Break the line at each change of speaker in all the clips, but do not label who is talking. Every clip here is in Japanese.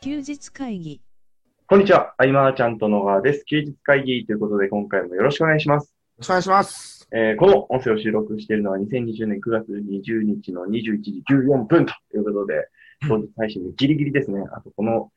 休日会議。
こんにちは。アイマーちゃんと野川です。休日会議ということで、今回もよろしくお願いします。
よろしくお願いします。
えーこの音声を収録しているのは2020年9月20日の21時14分ということで、当日配信のギリギリですね。あと、この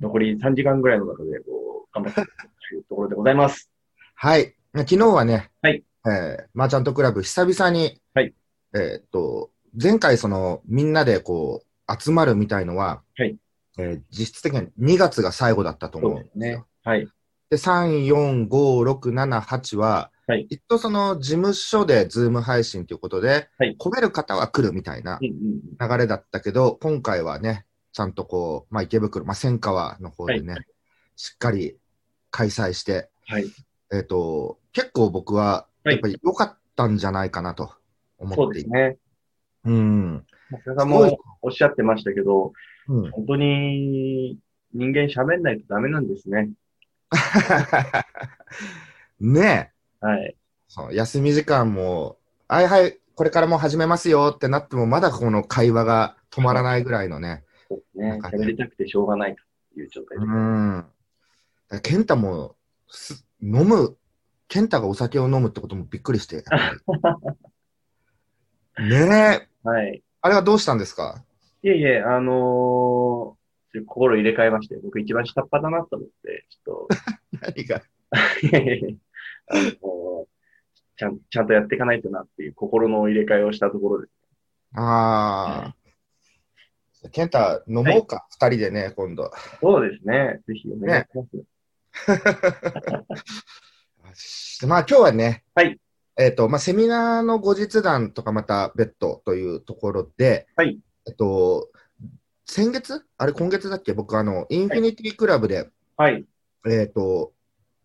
残り3時間ぐらいの中で、こう、頑張っていくというところでございます。
はい。昨日はね、
はい。
えー、マーチャントクラブ久々に、
はい。
えーっと、前回その、みんなでこう、集まるみたいのは、
はい。
えー実質的には2月が最後だったと思う。
そうですね。はい。
で、3、4、5、6、7、8は、
はい
一度その、事務所でズーム配信ということで、
はい
来れる方は来るみたいな
うんうんうん。
流れだったけど、今回はね、ちゃんとこう、まあ、池袋、まあ、千川の方でね、しっかり開催して、
はい。
えっ、と、結構僕は、
はい
やっぱり良かったんじゃないかなと
そ
思っ
うで
てい
す
て。
ね。
うん。
松田さんもおっしゃってましたけど、
うん、
本当に人間喋んないとダメなんですね。
ねえ
はい。
そう、休み時間も、はいはい、これからもう始めますよってなっても、まだこの会話が止まらないぐらいのね。
そうですね
なん。かね
喋りたくてしょうがないという状態
う
です。
ん。だから健太もす、飲む、健太がお酒を飲むってこともびっく りして。ねえ、
はい。
あれはどうしたんですか
いえいえ、あのー、心入れ替えまして、僕一番下っ端だなと思って、ちょっ
何が
と、いやいやいや あのーちゃん、ちゃんとやっていかないとなっていう心の入れ替えをしたところです。
ああ。健太、飲もうか、二、人でね、今度。よ
そうですね。ぜひお願いします。
しまあ、今日はね、
はい。
えっ、と、まあ、セミナーの後日談とか、また別途というところで、
はい。
えっと、先月あれ、今月だっけ僕、あの、インフィニティクラブで、
はい。
えっ、と、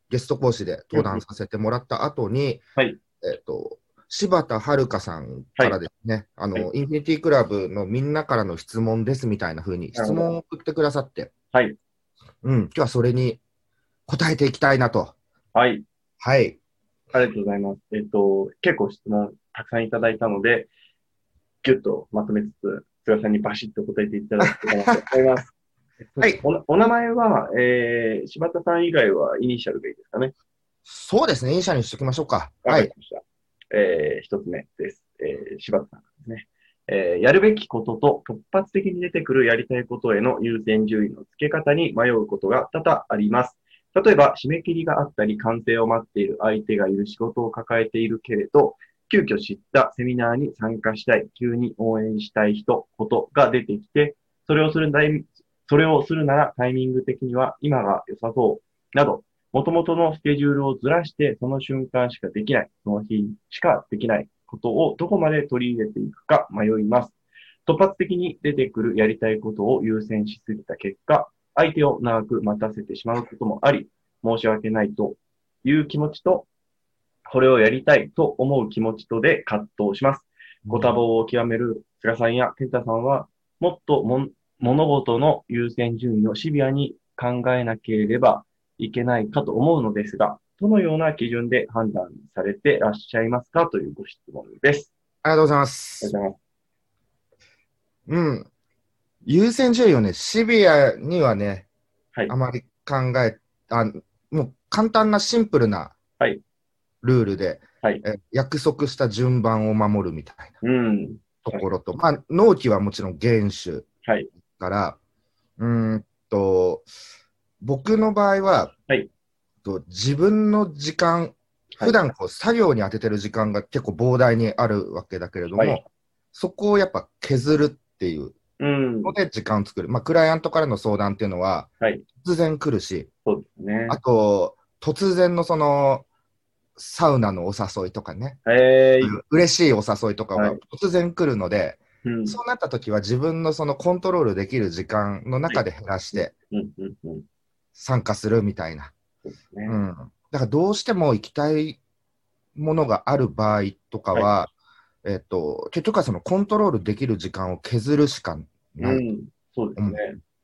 ゲスト講師で登壇させてもらった後に、
はい。
えっ、と、柴田遥さんからですね、あの、
は
インフィニティクラブのみんなからの質問ですみたいな風に質問を送ってくださって、
はい。
うん、今日はそれに答えていきたいなと。
はい。
はい。
ありがとうございます。えっと、結構質問たくさんいただいたので、ぎゅっとまとめつつ、菅さんにバシッと答えていただきたいなと思います。
はい。
お、お名前は、えー、柴田さん以外はイニシャルがいいですかね。
そうですね、インシャにしときましょうか。
わ
は
かり
い。
ました。えー一つ目です。えー柴田さんですね。えーやるべきことと突発的に出てくるやりたいことへの優先順位の付け方に迷うことが多々あります。例えば、締め切りがあったり、完成を待っている相手がいる仕事を抱えているけれど、急遽知ったセミナーに参加したい、急に応援したい人、ことが出てきて、それをするタイミそれをするならタイミング的には今が良さそう、など、元々のスケジュールをずらして、その瞬間しかできない、その日しかできないことをどこまで取り入れていくか迷います。突発的に出てくるやりたいことを優先しすぎた結果、相手を長く待たせてしまうこともあり、申し訳ないという気持ちと、これをやりたいと思う気持ちとで葛藤します。ご多忙を極める菅さんや健太さんは、もっともん物事の優先順位をシビアに考えなければいけないかと思うのですが、どのような基準で判断されてらっしゃいますかというご質問です。
ありがとうございま
あり
す。
がとうございます。
うん。優先順位をね、シビアにはね、
はい
あまり考え、あもう簡単なシンプルな
はい
ルールで、
はい
え約束した順番を守るみたいな
うん。
ところと、まあ、納期はもちろん厳守
はい。
から、うーんと、僕の場合は、
はい
と自分の時間、
はい
普段こう作業に当ててる時間が結構膨大にあるわけだけれども、
はい
そこをやっぱ削るっていう
うん。
ので時間を作る。まあ、クライアントからの相談っていうのは
はい。
突然来るし、
そうですね
あ。と、突然のその、サウナのお誘いとかね、
えー、
嬉しいお誘いとかは
はい
突然来るので、
うん。
そうなった時は自分のそのコントロールできる時間の中で減らして
うん。うん。うん。
参加するみたいな。
そうですね
う。ん。だからどうしても行きたいものがある場合とかは、えっと、結局はそのコントロールできる時間を削るしか
う
ないんで
ん。そうですね。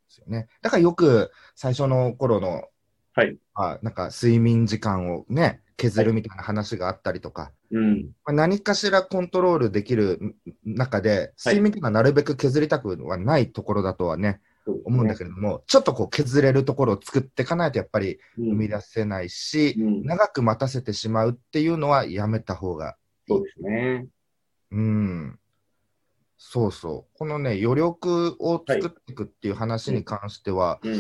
すよね。だからよく最初の頃の、
はい
あなんか睡眠時間をね、削るみたいな話があったりとか、
うん。
まあ何かしらコントロールできるん中で、睡眠っていうのはなるべく削りたくはないところだとはね、
そうです
思うんだけれども、ちょっとこう削れるところを作っていかないとやっぱり
う
生み
ん、
出せないし、
うん
長く待たせてしまうっていうのはやめた方が
そうですね。
うん。そうそう。このね、余力を作っていくっていう話に関しては、
うん。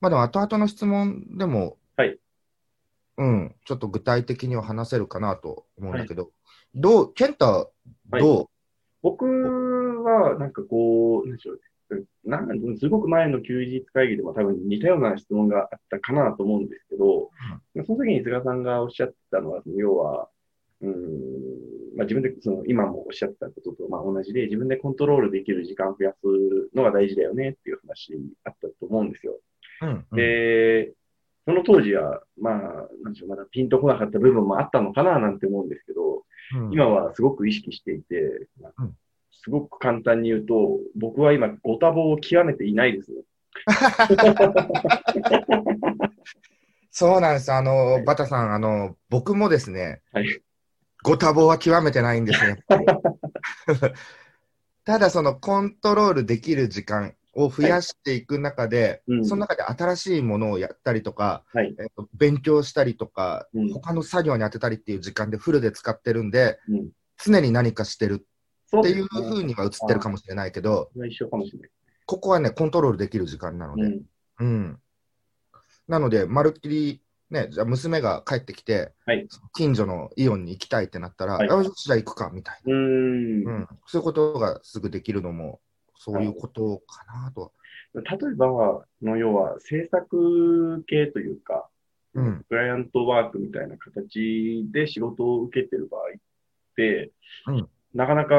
まあでも後々の質問でも、
はい
うん、ちょっと具体的には話せるかなと思うんだけど、どう、ケンタ、どう、
僕は、なんかこう、なんでしょうね。なんすごく前の休日会議でも多分似たような質問があったかなと思うんですけど、その時に菅さんがおっしゃってたのは、その要は、うんまあ、自分でその今もおっしゃってたこととまあ同じで、自分でコントロールできる時間を増やすのが大事だよねっていう話あったと思うんですよ。
うん、うん
で、その当時は、まあ、なんでしょう、まだピンとこなかった部分もあったのかななんて思うんですけど、
うん
今はすごく意識していて
うん、
すごく簡単に言うと、僕は今、ご多忙を極めていないですね。
そうなんです。あの、
はい
バタさん、あの、僕もですね、
はい
ご多忙は極めてないんで すね。やっぱりただ、そのコントロールできる時間を増やしていく中で、
はいうん
その中で新しいものをやったりとか、
はい
えっと、勉強したりとか、
うん
他の作業に当てたりっていう時間でフルで使ってるんで、
うん
常に何かしてる
そ
って
で
い
す
う
ね
ふうには映ってるかもしれないけど、
一緒かもしれない。
ここはね、コントロールできる時間なので、
うん
うん。なので、まるっきり、ね、じゃあ娘が帰ってきて、
はい
近所のイオンに行きたいってなったら、
はい
あよしじゃあ行くかみたいう
ーん
な、うん、そういうことがすぐできるのも、そういうことかなと。
例えば、の要は制作系というか、
うん
クライアントワークみたいな形で仕事を受けてる場合って、
うん
なかなか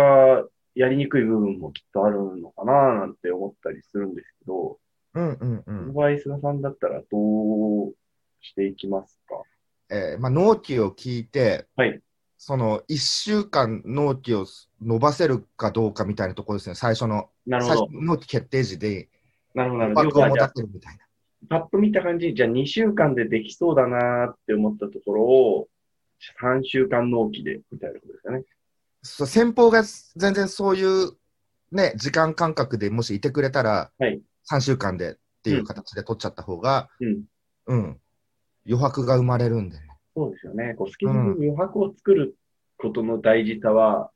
やりにくい部分もきっとあるのかななんて思ったりするんですけど、
うんうんう
この
ん
場合、菅さんだったらどうしていきますか
えーまあ、納期を聞いて、
はい
その1週間納期を伸ばせるかどうかみたいなところですね、最初の、
なる
最
ほ
初
ど。
納期決定時で、
なるほど、なる
バ
ほど。
ックを持
じゃ
た
あ
せるみたいな。
パッと見た感じ、じゃあ2週間でできそうだなーって思ったところを、3週間納期で、みたいなことですかね。
そう先方が全然そういう、ね、時間感覚でもしいてくれたら、
はい
3週間でっていう形で取っちゃった方が、
うん。
うん余白が生まれるんでね。
そうですよね。こうスケジュールの余白を作ることの大事さは、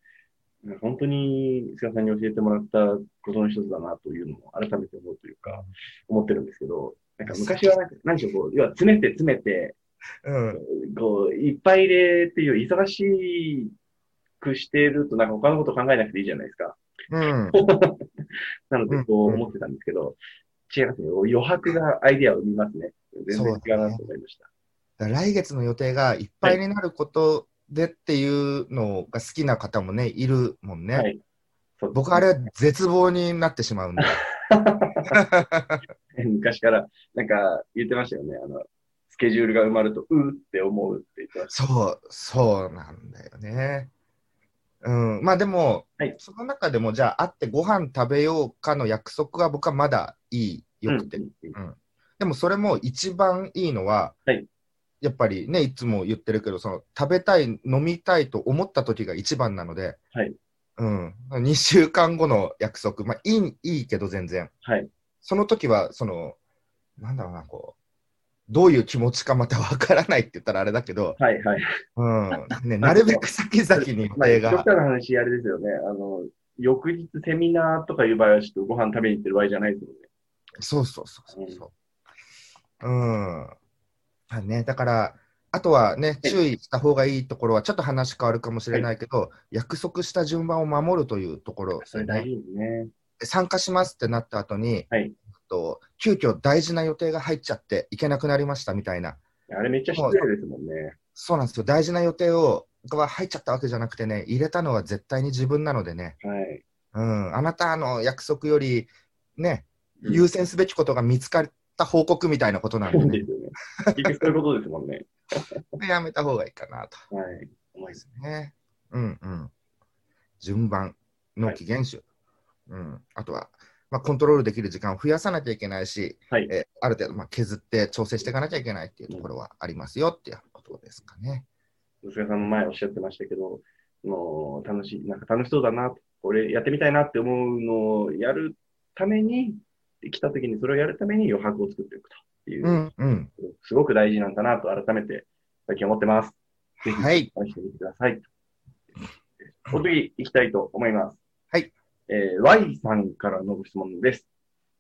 本当に菅さんに教えてもらったことの一つだなというのを改めて思うというか、思ってるんですけど、なんか昔はなんか、何でしょう、こう、要は詰めて詰めて、
うん、
こう、いっぱい入れっていう、忙しくしてると、なんか他のこと考えなくていいじゃないですか。
うん、
なので、こう
うんうん
思ってたんですけど、違いますね。余白がアイデアを生みますね。全然違うなと思いました。
だから来月の予定がいっぱいになることでっていうのが好きな方もね、いるもんね。
はいそう
僕、あれ、絶望になってしまうんで。
昔から、なんか言ってましたよね。あの、スケジュールが埋まると、うーって思うって言ってまし
そう、そうなんだよね。うん、まあでも、
はい
その中でも、じゃあ、会ってご飯食べようかの約束は僕はまだいい、
た。
よくて。
うんうんうん
でも、それも一番いいのは、
はい
やっぱりね、いつも言ってるけど、その食べたい、飲みたいと思った時が一番なので、
はい
うん、2週間後の約束、まあいい、いいけど全然。
はい。
その時は、その、なんだろうな、こう、どういう気持ちかまたわからないって言ったらあれだけど、
はいはい。
うん ね、なるべく先々に予
まあ、
定
極
が
端。な話、あれですよね。あの、翌日セミナーとかいう場合は、ちょっとご飯食べに行ってる場合じゃないですもんね。
そうそうそうそう。うん。まあね、だから、あとはね、
い
注意した方がいいところは、ちょっと話変わるかもしれないけど、約束した順番を守るというところです
それ
ね、
大事ですね。
参加しますってなった後に、
はい
と急遽大事な予定が入っちゃって行けなくなりましたみたいな、
あれめっちゃ失礼ですもんね。
そうなんですよ、大事な予定をが入っちゃったわけじゃなくてね、入れたのは絶対に自分なのでね、
はい。
うん、あなたの約束より、ね、
うん
優先すべきことが見つかった報告みたいなことなん
そ
で、
うで
ね
す、 よね。結局そういうことですもんね。
やめた方がいいかなと
はい。思います。
ね。うんうん。順番、納期厳守。うん、あとは、まあ、コントロールできる時間を増やさなきゃいけないし、
はい
えある程度、まあ、削って調整していかなきゃいけないっていうところはありますよっていうことですかね。
娘さんも前おっしゃってましたけど、もう楽しい、なんか楽しそうだな、俺やってみたいなって思うのをやるために、ってきたときにそれをやるために余白を作っていくというう、
ん、うん。
すごく大事なんだなと改めて最近思ってます。ぜひ
はい。
試してみてください。お次行きたいと思います。
はい。
えー Y さんからのご質問です。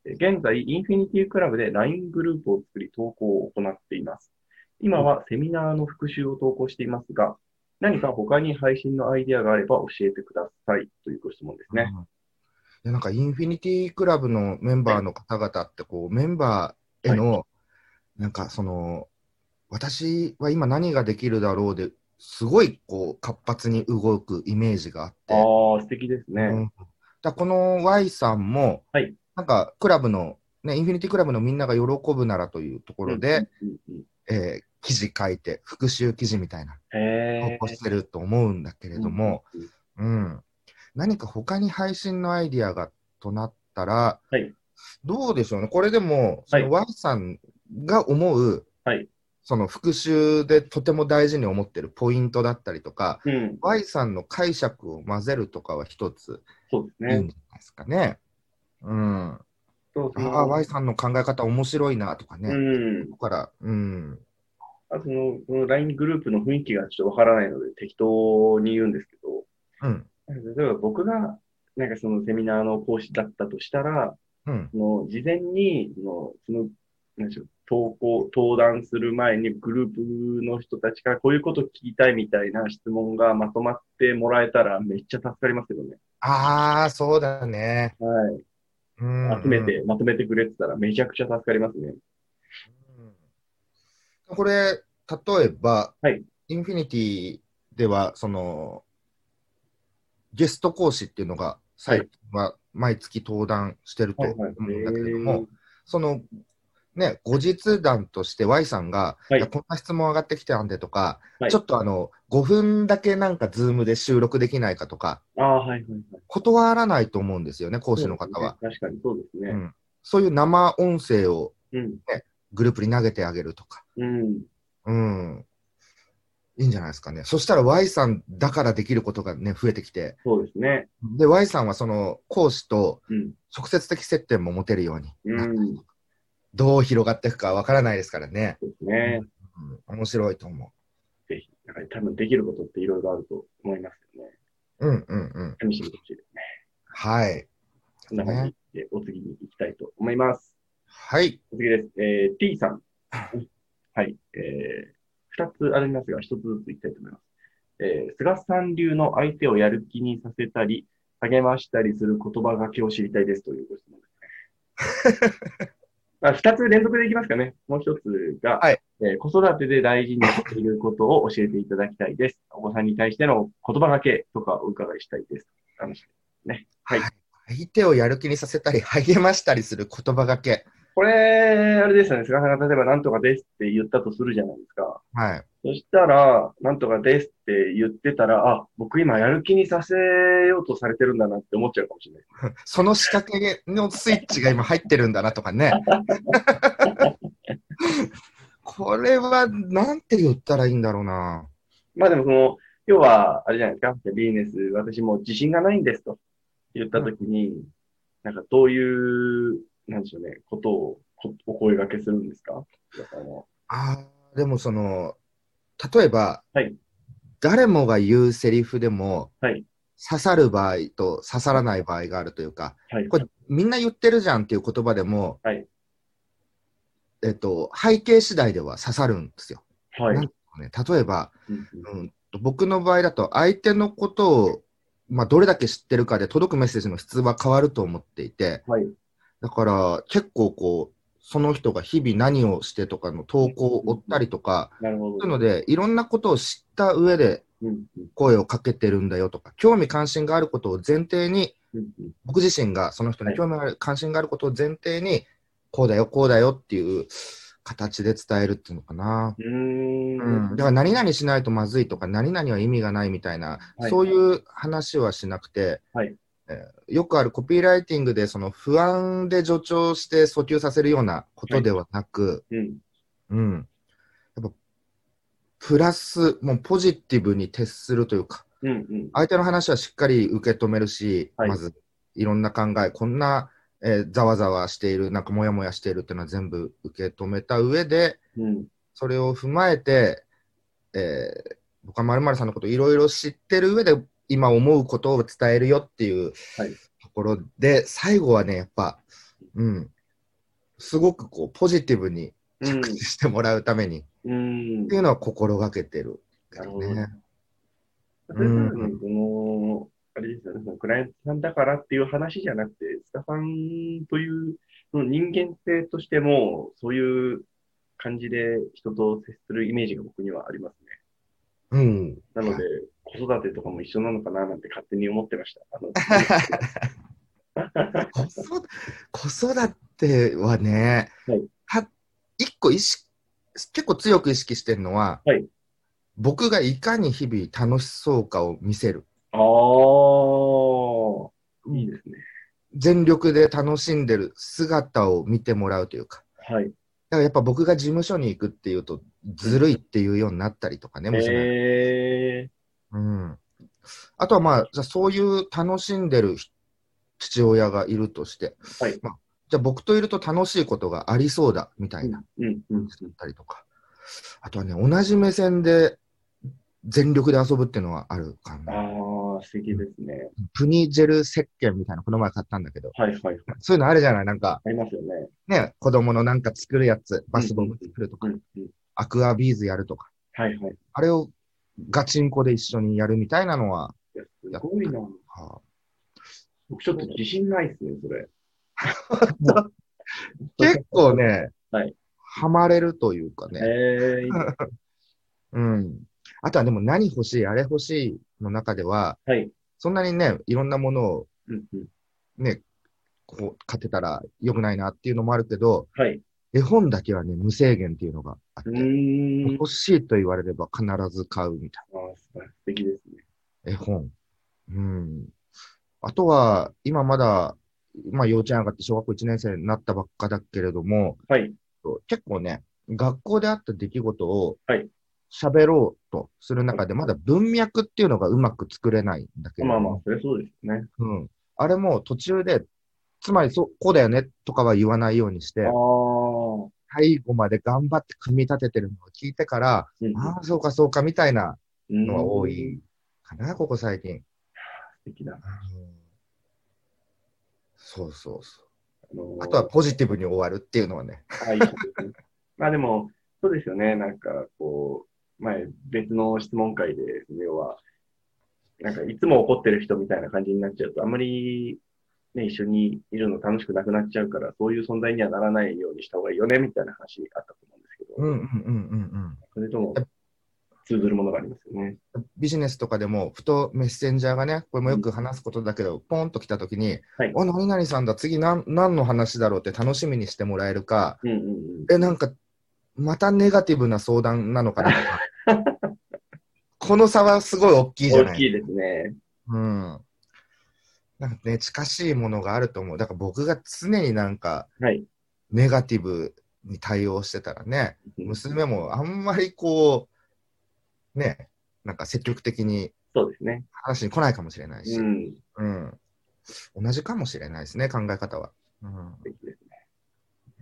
えー現在、インフィニティクラブで LINE グループを作り投稿を行っています。今はセミナーの復習を投稿していますが、何か他に配信のアイディアがあれば教えてくださいというご質問ですね。
うんいやなんかインフィニティクラブのメンバーの方々ってこうメンバーへの、なんかその私は今何ができるだろうですごいこう活発に動くイメージがあって
あ
だか
あ、素敵ですね。
うんらこの Y さんも、
はい
なんかクラブの、ね、インフィニティクラブのみんなが喜ぶならというところで、
うんうんうんうん、
えー記事書いて復習記事みたいな
へ
投
え。
稿してると思うんだけれども、
うんうんうん、
うん、何か他に配信のアイディアがとなったら、
はい
どうでしょうね、これでも、そ
はい
の Y さんが思う、
はい
その復習でとても大事に思ってるポイントだったりとか、
うん、
Y さんの解釈を混ぜるとかは一つ
そうです
いいん
ね。
じゃないですかね。うん、あ
そうそ
あ、
の
Y さんの考え方面白いなとかね。
うん。
だから、うん、
あその、この LINE グループの雰囲気がちょっとわからないので適当に言うんですけど、
うん、
例えば僕が、なんかそのセミナーの講師だったとしたら、
うん、
その事前にその、その、なんでしょう、投稿、登壇する前にグループの人たちからこういうこと聞きたいみたいな質問がまとまってもらえたらめっちゃ助かりますけどね。
ああ、そうだね。
はい。
うん、
集めて、まとめてくれてたらめちゃくちゃ助かりますね。
これ、例えば、
はい
インフィニティでは、その、ゲスト講師っていうのが、最近は毎月登壇してると
はい
思
はい。
うんだけれども、その、ね、後日談として Y さんが、
はい
いやこんな質問上がってきたんでとか、
はい
ちょっとあの、5分だけなんか、ズームで収録できないかとか、
ああ、はいはいはい。
断らないと思うんですよね、講師の方は。
そうですね。確かにそうです
う
ね。
んそういう生音声を
うん。
グループに投げてあげるとか。
うん。
うん。いいんじゃないですかね。そしたら Y さんだからできることがね、増えてきて。
そうですね。
で、Y さんはその講師と
うん。
直接的接点も持てるように。
うん。
どう広がっていくかわからないですからね。
そうですね。
うん、面白いと思
ぜひ。なんか多分できることっていろいろあると思いますよね。
う。うんうんうん。
楽しみにしてる。
はい。
そんな感じで、お次に行きたいと思います。
はい。
お次です。えー、T さん。はい。えー、二つありますが、一つずついきたいと思います。えー、菅さん流の相手をやる気にさせたり、励ましたりする言葉がけを知りたいですというご質問 ですね。あ二つ連続でいきますかね。もう一つが、
はい
えー子育てで大事にしていることを教えていただきたいです。お子さんに対しての言葉がけとかお伺いしたいです。あのはい
相手をやる気にさせたり、励ましたりする言葉がけ。
これ、あれですよね。菅さんが例えば何とかですって言ったとするじゃないですか。
はい。
そしたら、なんとかですって言ってたら、あ、僕今やる気にさせようとされてるんだなって思っちゃうかもしれない。
その仕掛けのスイッチが今入ってるんだなとかね。これは、なんて言ったらいいんだろうな。
まあでもその、要は、あれじゃないですか、ビーネス、私もう自信がないんですと言ったときに、なんかどういう、なんでしょうね、ことをこお声掛けするんですかだから
ああ、でもその、例えば、
はい
誰もが言うセリフでも、
はい
刺さる場合と刺さらない場合があるというか、
はい。
これみんな言ってるじゃんっていう言葉でも、
はい
えっと、背景次第では刺さるんですよ。
はい。
なんね、例えば、
うん
うんと、僕の場合だと相手のことを、まあ、どれだけ知ってるかで届くメッセージの質は変わると思っていて、
はい。
だから結構こう、その人が日々何をしてとかの投稿を追ったりとか、
なるほ
な
ど。
ので、いろんなことを知った上で
うんうん
声をかけてるんだよとか、興味関心があることを前提に、
うんうん
僕自身がその人
は
に
い
興味がある、関心があることを前提に、こうだよ、こうだよっていう形で伝えるっていうのかな。
うー
うんん、だから何々しないとまずいとか、何々は意味がないみたいな、
はい
そういう話はしなくて、
はい
えーよくあるコピーライティングでその不安で助長して訴求させるようなことではなく、
うん。
うん。やっぱ、プラス、もうポジティブに徹するというか、
うんうん。
相手の話はしっかり受け止めるし、
はい
まず、いろんな考え、こんな、ええーざわざわしている、なんかもやもやしているっていうのは全部受け止めた上で、
うん。
それを踏まえて、えー僕はまるさんのことをいろいろ知ってる上で、今思うことを伝えるよっていう
はい
ところで、最後はね、やっぱ、うん、すごくこうポジティブに
うん。
してもらうためにっ
うん
て。いうのは心がけてるけ
なる
ど
ほど。
ね。
それぞれの、この、あれですよね、そのクライアントさんだからっていう話じゃなくて、スタさんという、その人間性としても、そういう感じで人と接するイメージが僕にはありますね。
うん。
なので、子育てとかも一緒なのかななんて勝手に思ってました。あの
子育子育てはね、
はい
は一個意識、結構強く意識してるのは、
はい
僕がいかに日々楽しそうかを見せる。
ああ、いいですね。
全力で楽しんでる姿を見てもらうというか。
はい。
だからやっぱ僕が事務所に行くっていうと、ずるいっていうようになったりとかね、もしね
え
うん。あとはまあ、じゃあそういう楽しんでる父親がいるとして、
はい
まあ、じゃあ僕といると楽しいことがありそうだみた
ー
いな。
うん、うん、
だったりとか、あとはね、同じ目線で全力で遊ぶっていうのはあるかな。
ああ、素敵ですね。
プニジェル石鹸みたいな、この前買ったんだけど、
はい、はい、はい。
そういうのあるじゃないなんか
ありますよね。
ね、子供のなんか作るやつ、バスボム作るとか、
うん、うん。
アクアビーズやるとか、
はい、はい。い
あれをガチンコで一緒にやるみたいなのは、
やすごいな。
あ
僕ちょっと自信ないですね、それ。
結構ね、
はい
ハマれるというかね、
えー、いいです
うん。あとはでも何欲しい、あれ欲しいの中では、
はい。
そんなにね、いろんなものを
うんうん
ね、こう、勝てたら良くないなっていうのもあるけど、
はい。
絵本だけはね、無制限っていうのがあって、
うーん。
欲しいと言われれば必ず買うみたい
あー素敵ですね。
な絵本。うん。あとは、今まだ、まあ幼稚園上がって小学校1年生になったばっかだけれども、
はい。
結構ね、学校であった出来事を
はい
喋ろうとする中で、まだ文脈っていうのがうまく作れないんだけれ
まあ
ど
まあ
も、、
それそうですね。
うん。あれも途中で、つまりそう、こうだよねとかは言わないようにして
ああ、。
最後まで頑張って組み立ててるのを聞いてから、
うん
ああ、そうか、そうか、みたいな
うん
のは多いかな、ここ最近。
素敵だ。
そうそうそ
あの
う。
ー
あとはポジティブに終わるっていうのはね。
はい。 まあでも、そうですよね。なんか、こう、前、別の質問会で、要は、なんか、いつも怒ってる人みたいな感じになっちゃうと、あんまり、ね、一緒にいるの楽しくなくなっちゃうから、そういう存在にはならないようにした方がいいよね、みたいな話あったと思うんですけど、
うんうんうんうん
それとも、通ずるものがありますよね。
うん。ビジネスとかでも、ふとメッセンジャーがね、これもよく話すことだけど、ポンと来たときに、
はい
お、何々さんだ、次なん何の話だろうって楽しみにしてもらえるか、
うんうんうん。
え、なんか、またネガティブな相談なのかなとか。 この差はすごい大きいじゃな
大
い
きいですね。
うん。なんかね、近しいものがあると思う。だから僕が常になんか、
はい。
ネガティブに対応してたらね、娘もあんまりこう、ね、なんか積極的に
そうですね。
話に来ないかもしれないし、
う
うん。
ん。
同じかもしれないですね、考え方は。うん。
素敵ですね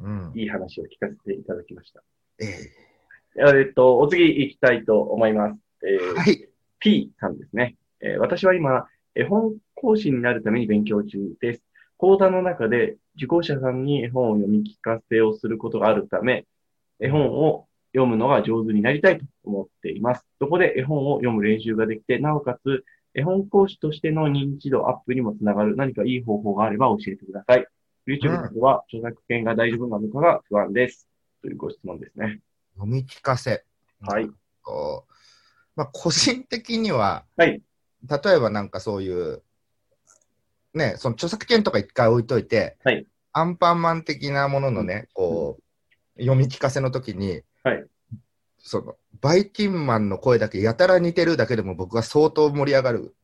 うん。
いい話を聞かせていただきました。
ええ
えーっと、お次行きたいと思います。えー
はい。
P さんですね。えー私は今、絵本講師になるために勉強中です。講座の中で受講者さんに絵本を読み聞かせをすることがあるため、絵本を読むのが上手になりたいと思っています。そこで絵本を読む練習ができて、なおかつ絵本講師としての認知度アップにもつながる何かいい方法があれば教えてください。YouTube などは著作権が大丈夫なのかが不安です。というご質問ですね。
読み聞かせ。
はい。
こうまあ、個人的には、
はい。
例えばなんかそういう、ね、その著作権とか一回置いといて、
はい
アンパンマン的なもののね、こう、読み聞かせの時に、
はい
その、バイキンマンの声だけやたら似てるだけでも僕は相当盛り上がる。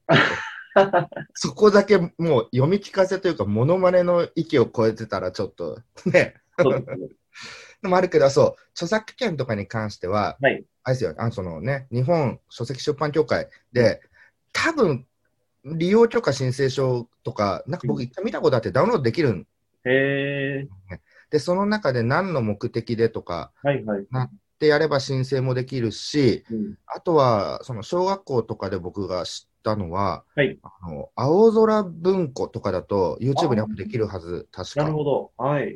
そこだけもう読み聞かせというか、モノマネの域を超えてたらちょっと、ね、
そうですね。
でもあるけど、そう、著作権とかに関しては、
はい
あれですよ、あのそのね、日本書籍出版協会で、多分利用許可申請書とか、なんか
う
僕、一回見たことあって、ダウンロードできるん
へえ。
で、その中で何の目的でとか
はいはい。
なってやれば申請もできるし、
うん、
あとは、その小学校とかで僕が知ったのは、
はい
あの青空文庫とかだと YouTube にアップできるはず、確か。
なるほど。はい。
うん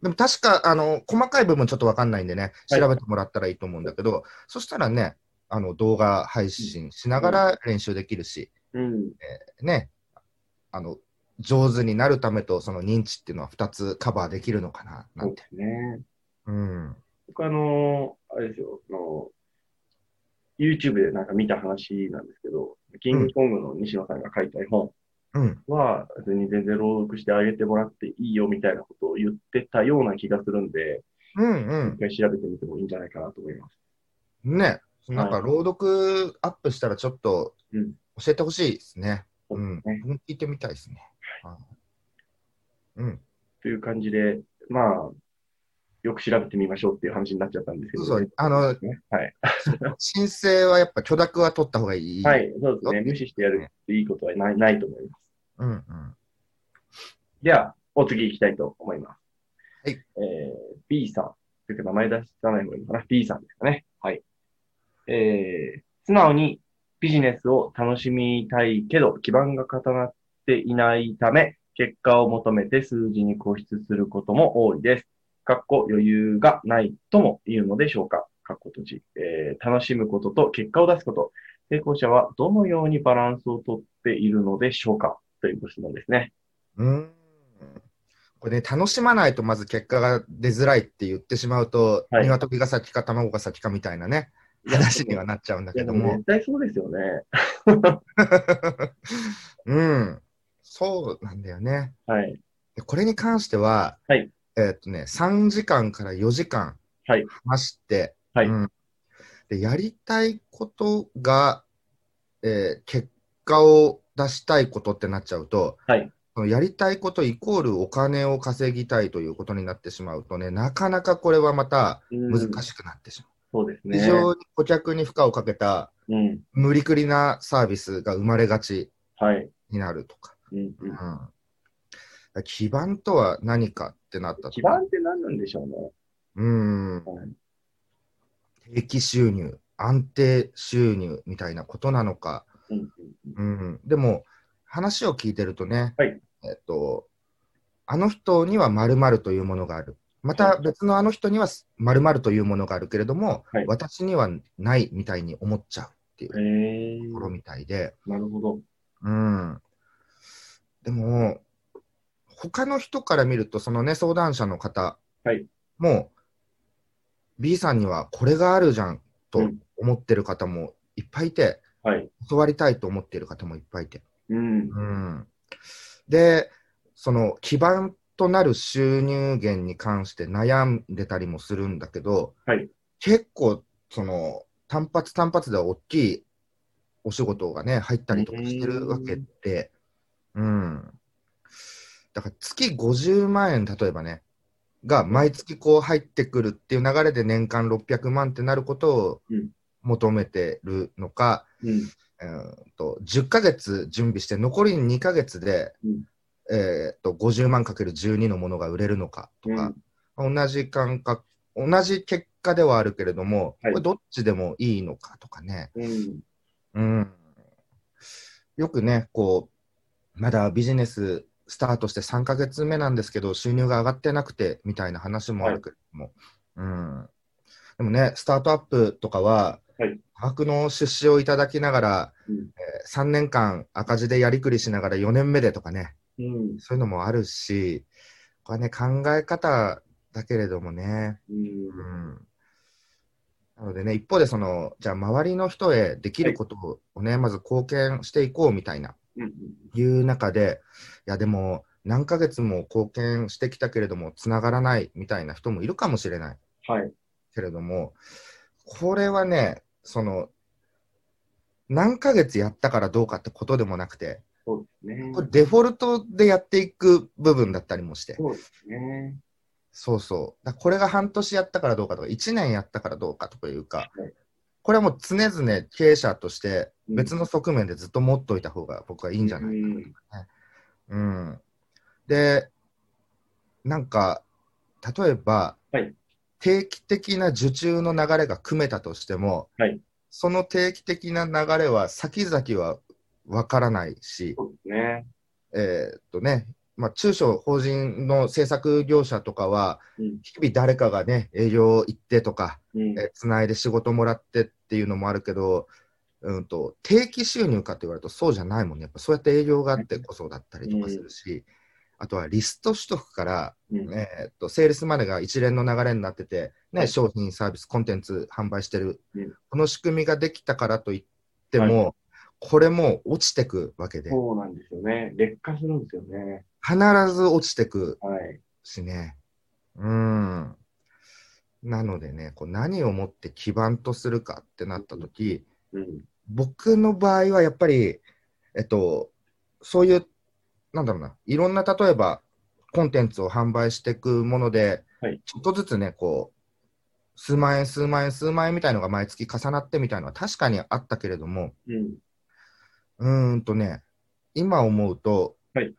でも確か、あの、細かい部分ちょっとわかんないんでね、
はい
調べてもらったらいいと思うんだけど、そしたらね、あの、動画配信しながら練習できるし、
うん。
ね、あの、上手になるためとその認知っていうのは2つカバーできるのかな、な
そうんで
て。
すね。
うん。
僕あのーあれですよ、あのー YouTube でなんか見た話なんですけど、キングコングの西野さんが書いた絵本
うん。
は、別に全然朗読してあげてもらっていいよみたいなことを言ってたような気がするんで、
うん
一回調べてみてもいいんじゃないかなと思います。
うん。ね、なんか朗読アップしたらちょっと
うん
教えてほしいですね。
そうで
う
す
ん。
ね
僕も聞いてみたいですね。はいうん。
という感じで、まあ、よく調べてみましょうっていう話になっちゃったんですけど、
そうそうあの
ねはい。
申請はやっぱ許諾は取った方がいい。
はい、そうですね。無視してやるっていいことはないないと思います。
うんうん。
では、お次行きたいと思います。
はい
えー、B さん。というか、名前出さない方がいいのかな。B さんですかね。はい。えー、素直にビジネスを楽しみたいけど、基盤が固まっていないため、結果を求めて数字に固執することも多いです。かっこ余裕がないとも言うのでしょうか。かっこ閉じ。えー、楽しむことと結果を出すこと。成功者はどのようにバランスをとっているのでしょうかというご質問ですね。
うん。これね、楽しまないとまず結果が出づらいって言ってしまうと、
はい
鶏が先か卵が先かみたいなね、話にはなっちゃうんだ
い
け
や、 で
ど
も
も
絶。対そうですよね。
うん。そうなんだよね。
はい。
でこれに関しては、
はい
えーっとね、3時間から4時間
はい
話して、
はい
うんでやりたいことが、えー結果を出したいことってなっちゃうと、
はい
そのやりたいことイコールお金を稼ぎたいということになってしまうとね、なかなかこれはまた難
うん
しくなってしま
そうです
う。
ね。
非常に顧客に負荷をかけた
うん。
無理くりなサービスが生まれがち
はい。
になるとか。
うんうん
うんだから基盤とは何かってなった
基
時
盤って何なんでしょう
うん
ね。はい
定期収入、安定収入みたいなことなのか、
うんうん
うん、でも話を聞いてるとね、
はい
えっと、あの人には〇〇というものがある、また別のあの人には〇〇というものがあるけれども、
はい
私にはないみたいに思っちゃうっていう
へえ
ところみたいで、
なるほど。
うん、でも、他の人から見ると、そのね、相談者の方
はい
も、B さんにはこれがあるじゃん
う
と
ん
思ってる方もいっぱいいて、
はい。
教わりたいと思っている方もいっぱいいて。
うん。
うん、で、その基盤となる収入源に関して悩んでたりもするんだけど、
はい
結構、その単発単発では大きいお仕事がね、入ったりとかしてるわけで、うん。だから月50万円、例えばね、が毎月こう入ってくるっていう流れで年間600万ってなることを
うん
求めてるのか、
うん。
えーっと10ヶ月準備して残り2ヶ月で、
うん
えーっと50万かける12のものが売れるのかとか、同じ感覚同じ結果ではあるけれども、
はい
これどっちでもいいのかとかね、
うん。
うん、よくねこうまだビジネススタートして3ヶ月目なんですけど収入が上がってなくてみたいな話もあるけれども、うん、でもねスタートアップとかは、
はい
多額の出資をいただきながら
うん
3年間赤字でやりくりしながら4年目でとかね、
うん。
そういうのもあるし、これはね、考え方だけれどもね、
うん
うん。なのでね、一方で、その、じゃあ、周りの人へできることをね、まず貢献していこうみたいな、
うん。
いう中で、いや、でも、何ヶ月も貢献してきたけれども、つながらないみたいな人もいるかもしれない。
はい。
けれども、これはね、その、何ヶ月やったからどうかってことでもなくて、
そうですね。
これデフォルトでやっていく部分だったりもして、
そうですね。
そうそう、だからこれが半年やったからどうかとか、1年やったからどうかとかいうか
はい、
これはもう常々経営者として、
うん
別の側面でずっと持っといた方が僕はいいんじゃないかな
うん
うん。で、なんか、例えば、
はい
定期的な受注の流れが組めたとしても、
はい
その定期的な流れは先々はわからないし、
そうですね。
えーっとね、まあ、中小法人の制作業者とかは、
うん
日々誰かがね、営業行ってとか、
うん。
えーつないで仕事もらってっていうのもあるけど、うん、と定期収入かって言われるとそうじゃないもんね、やっぱそうやって営業があってこそだったりとかするし、あとはリスト取得から、
うん
えーっとセールスまでが一連の流れになってて、ね
はい
商品、サービス、コンテンツ販売してる、
うん
この仕組みができたからといっても、これも落ちてくわけで、
そうなんですよね。劣化するんですよね。
必ず落ちてく
はい。
しね。うん。なのでね、こう何をもって基盤とするかってなったとき、
うん。
僕の場合はやっぱり、えっと、そういう、なんだろうな、いろんな例えばコンテンツを販売していくもので、
はい
ちょっとずつね、こう、数万円、数万円、数万円みたいのが毎月重なってみたいのは確かにあったけれども、
うん。
うーんとね、今思うと、
はい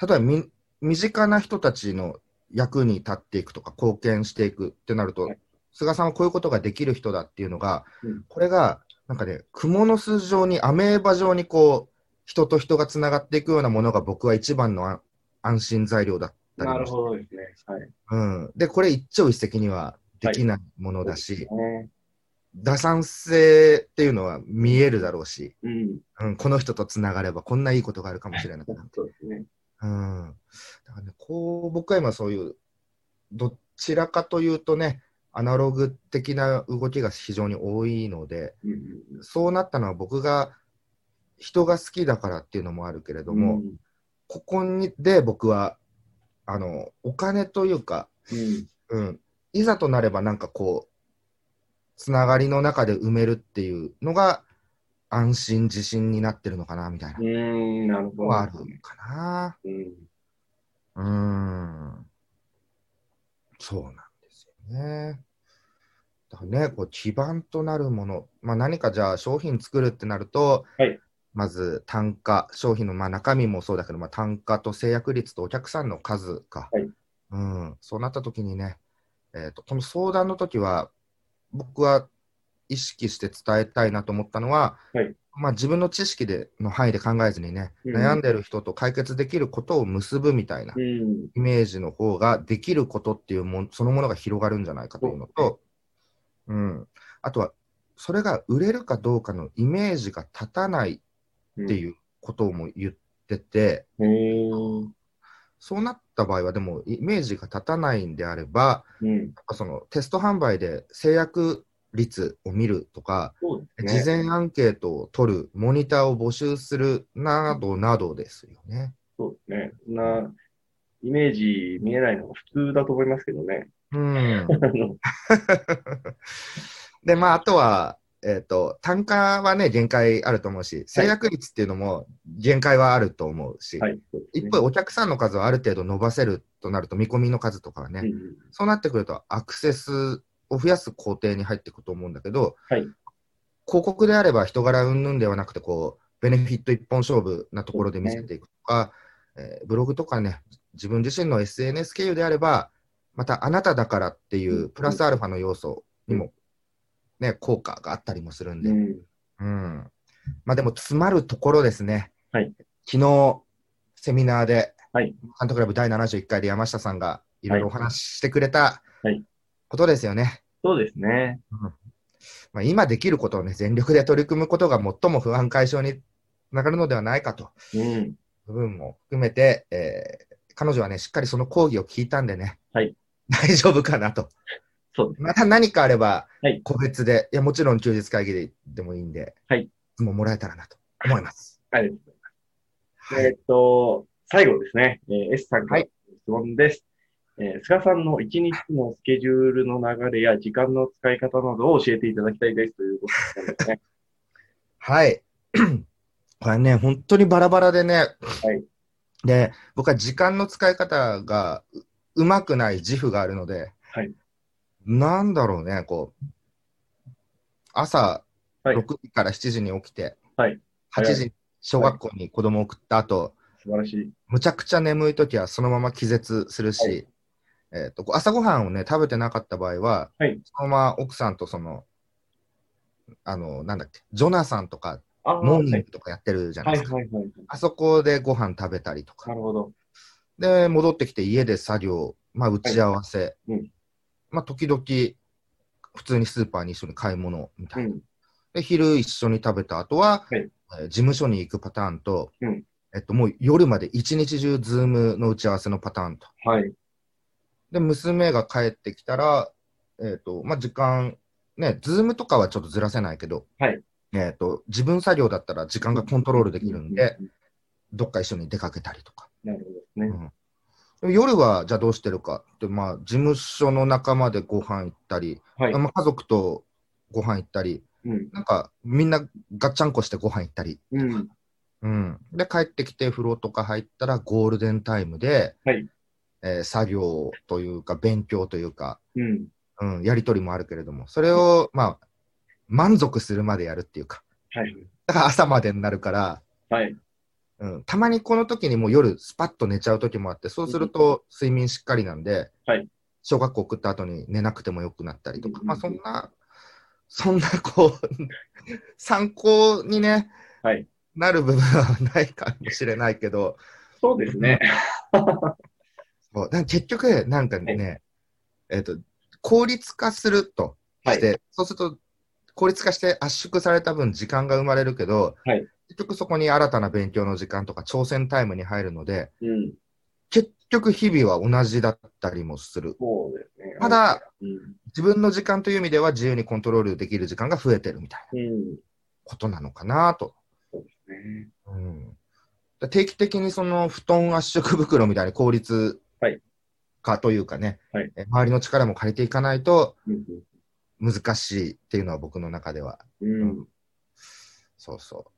例えばみ身近な人たちの役に立っていくとか、貢献していくってなると、
はい
菅さんはこういうことができる人だっていうのが、
うん
これがなんかね、蜘蛛の巣状に、アメーバ状にこう、人と人がつながっていくようなものが僕は一番のあ安心材料だったり
な
も
る
し
ほどですね。はい。
うん、で、これ一朝一夕にはできないものだし、
ね、
打算性っていうのは見えるだろうし、
うん。
うん、この人とつながればこんないいことがあるかもしれないなんて。
そうですね。
うん。だからね、こう、僕は今そういう、どちらかというとね、アナログ的な動きが非常に多いので、
うん
そうなったのは僕が人が好きだからっていうのもあるけれど
うん。
も、ここにで僕は、あの、お金というか、
うん。うん。
うん、いざとなればなんかこう、つながりの中で埋めるっていうのが、安心自信になってるのかな、みたいな
うーん、なるほ
の
ど。
はあるかな。
うん。
うーん。そうなんですよね。だからね、こう基盤となるもの、まあ、何かじゃあ商品作るってなると、
はい
まず単価、商品のまあ中身もそうだけど、まあ、単価と制約率とお客さんの数か、
はい
うん、そうなった時にね、えーと、この相談の時は、僕は意識して伝えたいなと思ったのは、
はい
まあ、自分の知識での範囲で考えずにね、
うん
悩んでる人と解決できることを結ぶみたいな
うん。
イメージの方ができることっていうもんそのものが広がるんじゃないかというのと、うん、あとはそれが売れるかどうかのイメージが立たない
うん
っていうことも言ってて、
へー
そうなった場合はでもイメージが立たないんであれば
うん。
やっぱそのテスト販売で制約率を見るとか、
そうですね。
事前アンケートを取る、モニターを募集するなどなどですよね。
そうですね。そんな、イメージ見えないのが普通だと思いますけどね。
うん
あの
で、まあ、あとは、えっ、と、単価はね、限界あると思うし、制約率っていうのも限界はあると思うし、
はい。そうですね
一方、お客さんの数をある程度伸ばせるとなると、見込みの数とかはね、
うん
そうなってくると、アクセスを増やす工程に入っていくと思うんだけど、
はい
広告であれば人柄云々ではなくて、こう、ベネフィット一本勝負なところで見せていくとか、えーブログとかね、自分自身の SNS 経由であれば、またあなただからってい
うん
うプラスアルファの要素にも、ね、効果があったりもするん
う
で、
ん。
うん。まあでも、詰まるところですね。
はい
昨日、セミナーで、
はい
監督ライブ第71回で山下さんがいろいろお話ししてくれた
はい
ことですよね。
そうですね。
まあ、今できることをね、全力で取り組むことが最も不安解消につながるのではないかと、
うん。
部分も含めて、えー彼女はね、しっかりその講義を聞いたんでね、
はい
大丈夫かなと。
そうですね。
また何かあれば
はい、
個別で、い、や、もちろん休日会議ででもいいんで、
はい
質問もらえたらなと思います。
はい。
はい
えーっと、最後ですね、えー S さんからの質問です。えー菅さんの一日のスケジュールの流れや時間の使い方などを教えていただきたいですということなんですね。
はい。 これね、本当にバラバラでね、
はい
で、僕は時間の使い方がううまくない自負があるので、
はい
なんだろうね、こう、朝
はい
6時から7時に起きて、
はい
8時に小学校に子供を送った後、
素晴らしい。
むちゃくちゃ眠い時はそのまま気絶するし、
はい
えっとこう朝ごはんをね、食べてなかった場合は、
はい
そのまま奥さんとその、あの、なんだっけ、ジョナサンとか、
あー
モーニ
は
ン
い
グとかやってるじゃない
はい
ですか。
はいはい。
あそこでご飯食べたりと
な
か。
るほど。
で、戻ってきて家で作業、まあ、打ち合わせ、
うん
まあ、時々、普通にスーパーに一緒に買い物みた
う
いな。
ん。
で、昼一緒に食べた後は、
はい
えー事務所に行くパターンと、
うん
えっと、もう夜まで一日中、ズームの打ち合わせのパターンと。
はい。
で、娘が帰ってきたら、えっ、と、まあ、時間、ね、ズームとかはちょっとずらせないけど、
はい
えっ、と、自分作業だったら時間がコントロールできるんで、
うう
どっか一緒に出かけたりとか。
うん。なるほどですね。
でも夜は、じゃあどうしてるかって、まあ、事務所の仲間でご飯行ったり、
はい。
まあ、家族とご飯行ったり、
うん。
なんか、みんなガッチャンコしてご飯行ったり、
うん。
うん。で、帰ってきて風呂とか入ったらゴールデンタイムで、
はい
えー作業というか、勉強というか、
うん。
うん、やりとりもあるけれども、それを、まあ、満足するまでやるっていうか、
はい。
だから朝までになるから、
はい。
うん、たまにこの時にもう夜スパッと寝ちゃう時もあって、そうすると睡眠しっかりなんで、
はい
小学校送った後に寝なくてもよくなったりとか、
うん
まあそんな、そんなこう、 参考にね、
はい
なる部分はないかもしれないけど、
そうですね。
そうだから結局、なんかね、えっ、と、効率化するとして、そうすると、効率化して圧縮された分時間が生まれるけど、
はい
結局そこに新たな勉強の時間とか挑戦タイムに入るので、
うん。
結局日々は同じだったりもする。
そうですね。
ただ、
うん。
自分の時間という意味では自由にコントロールできる時間が増えてるみたいな
うん。
ことなのかなと。
そうですね。
うん、だ定期的にその布団圧縮袋みたいに効率
はい
化というかね、
はい
え周りの力も借りていかないと
うん
難しいっていうのは僕の中では、
うん。うん。
そうそう。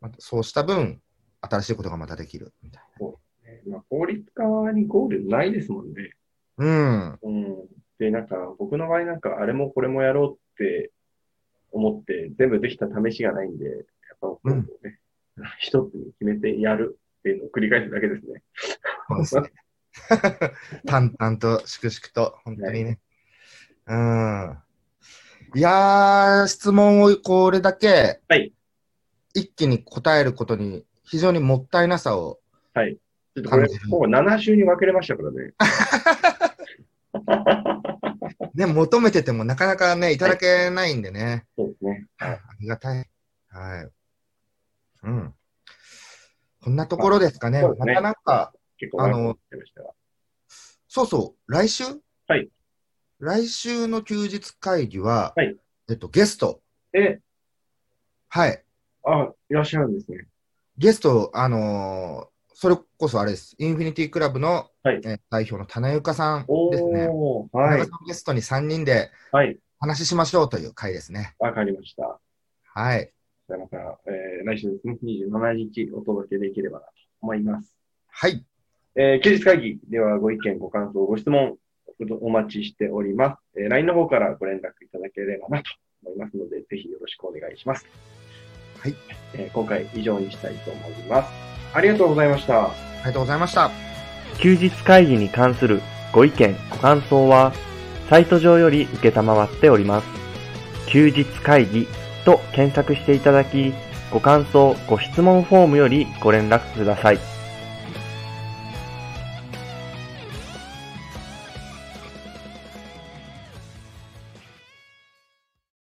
またそうした分、新しいことがまたできるみたい
ねまあ、効率化にゴールないですもんね。
な。 うん。
うん。で、なんか、僕の場合なんか、あれもこれもやろうって思って、全部できた試しがないんで、やっぱ、こうね、一つに決めてやるっていうのを繰り返すだけですね。
そうですね。淡々と、粛々と、本当にね。うん。いやー、質問をこれだけ、
はい
一気に答えることに、非常にもったいなさを、
ちょっとこれ
感じ、る
ほぼ7週に分けれましたからね。
ね、求めててもなかなかね、いただけないんでね。
そうですね。
ありがたい。はい。うん。こんなところですかね。
まあそうで
ます
ね
たなんか、
結構長くなってましたが。
そうそう、来週
はい。
来週の休日会議は、
はい
えっと、ゲスト。
え、
はい。
あ、いらっしゃるんですね。
ゲスト、あのーそれこそあれです。インフィニティクラブの、
はい
えー代表の棚ゆかさん
お
ですね。
ー、
田
は
中
い。
さんをゲストに3人で
はい。
話ししましょうという回ですね。
わかりました。
はい。
じゃあまた、えー来週ですね、27日お届けできればなと思います。
はい。
えー休日会議ではご意見、ご感想、ご質問、お待ちしております。えー LINE の方からご連絡いただければなと思いますので、ぜひよろしくお願いします。
はい。
えー今回以上にしたいと思います。ありがとうございました。
ありがとうございました。
休日会議に関するご意見、ご感想は、サイト上より受けたまわっております。休日会議と検索していただき、ご感想、ご質問フォームよりご連絡ください。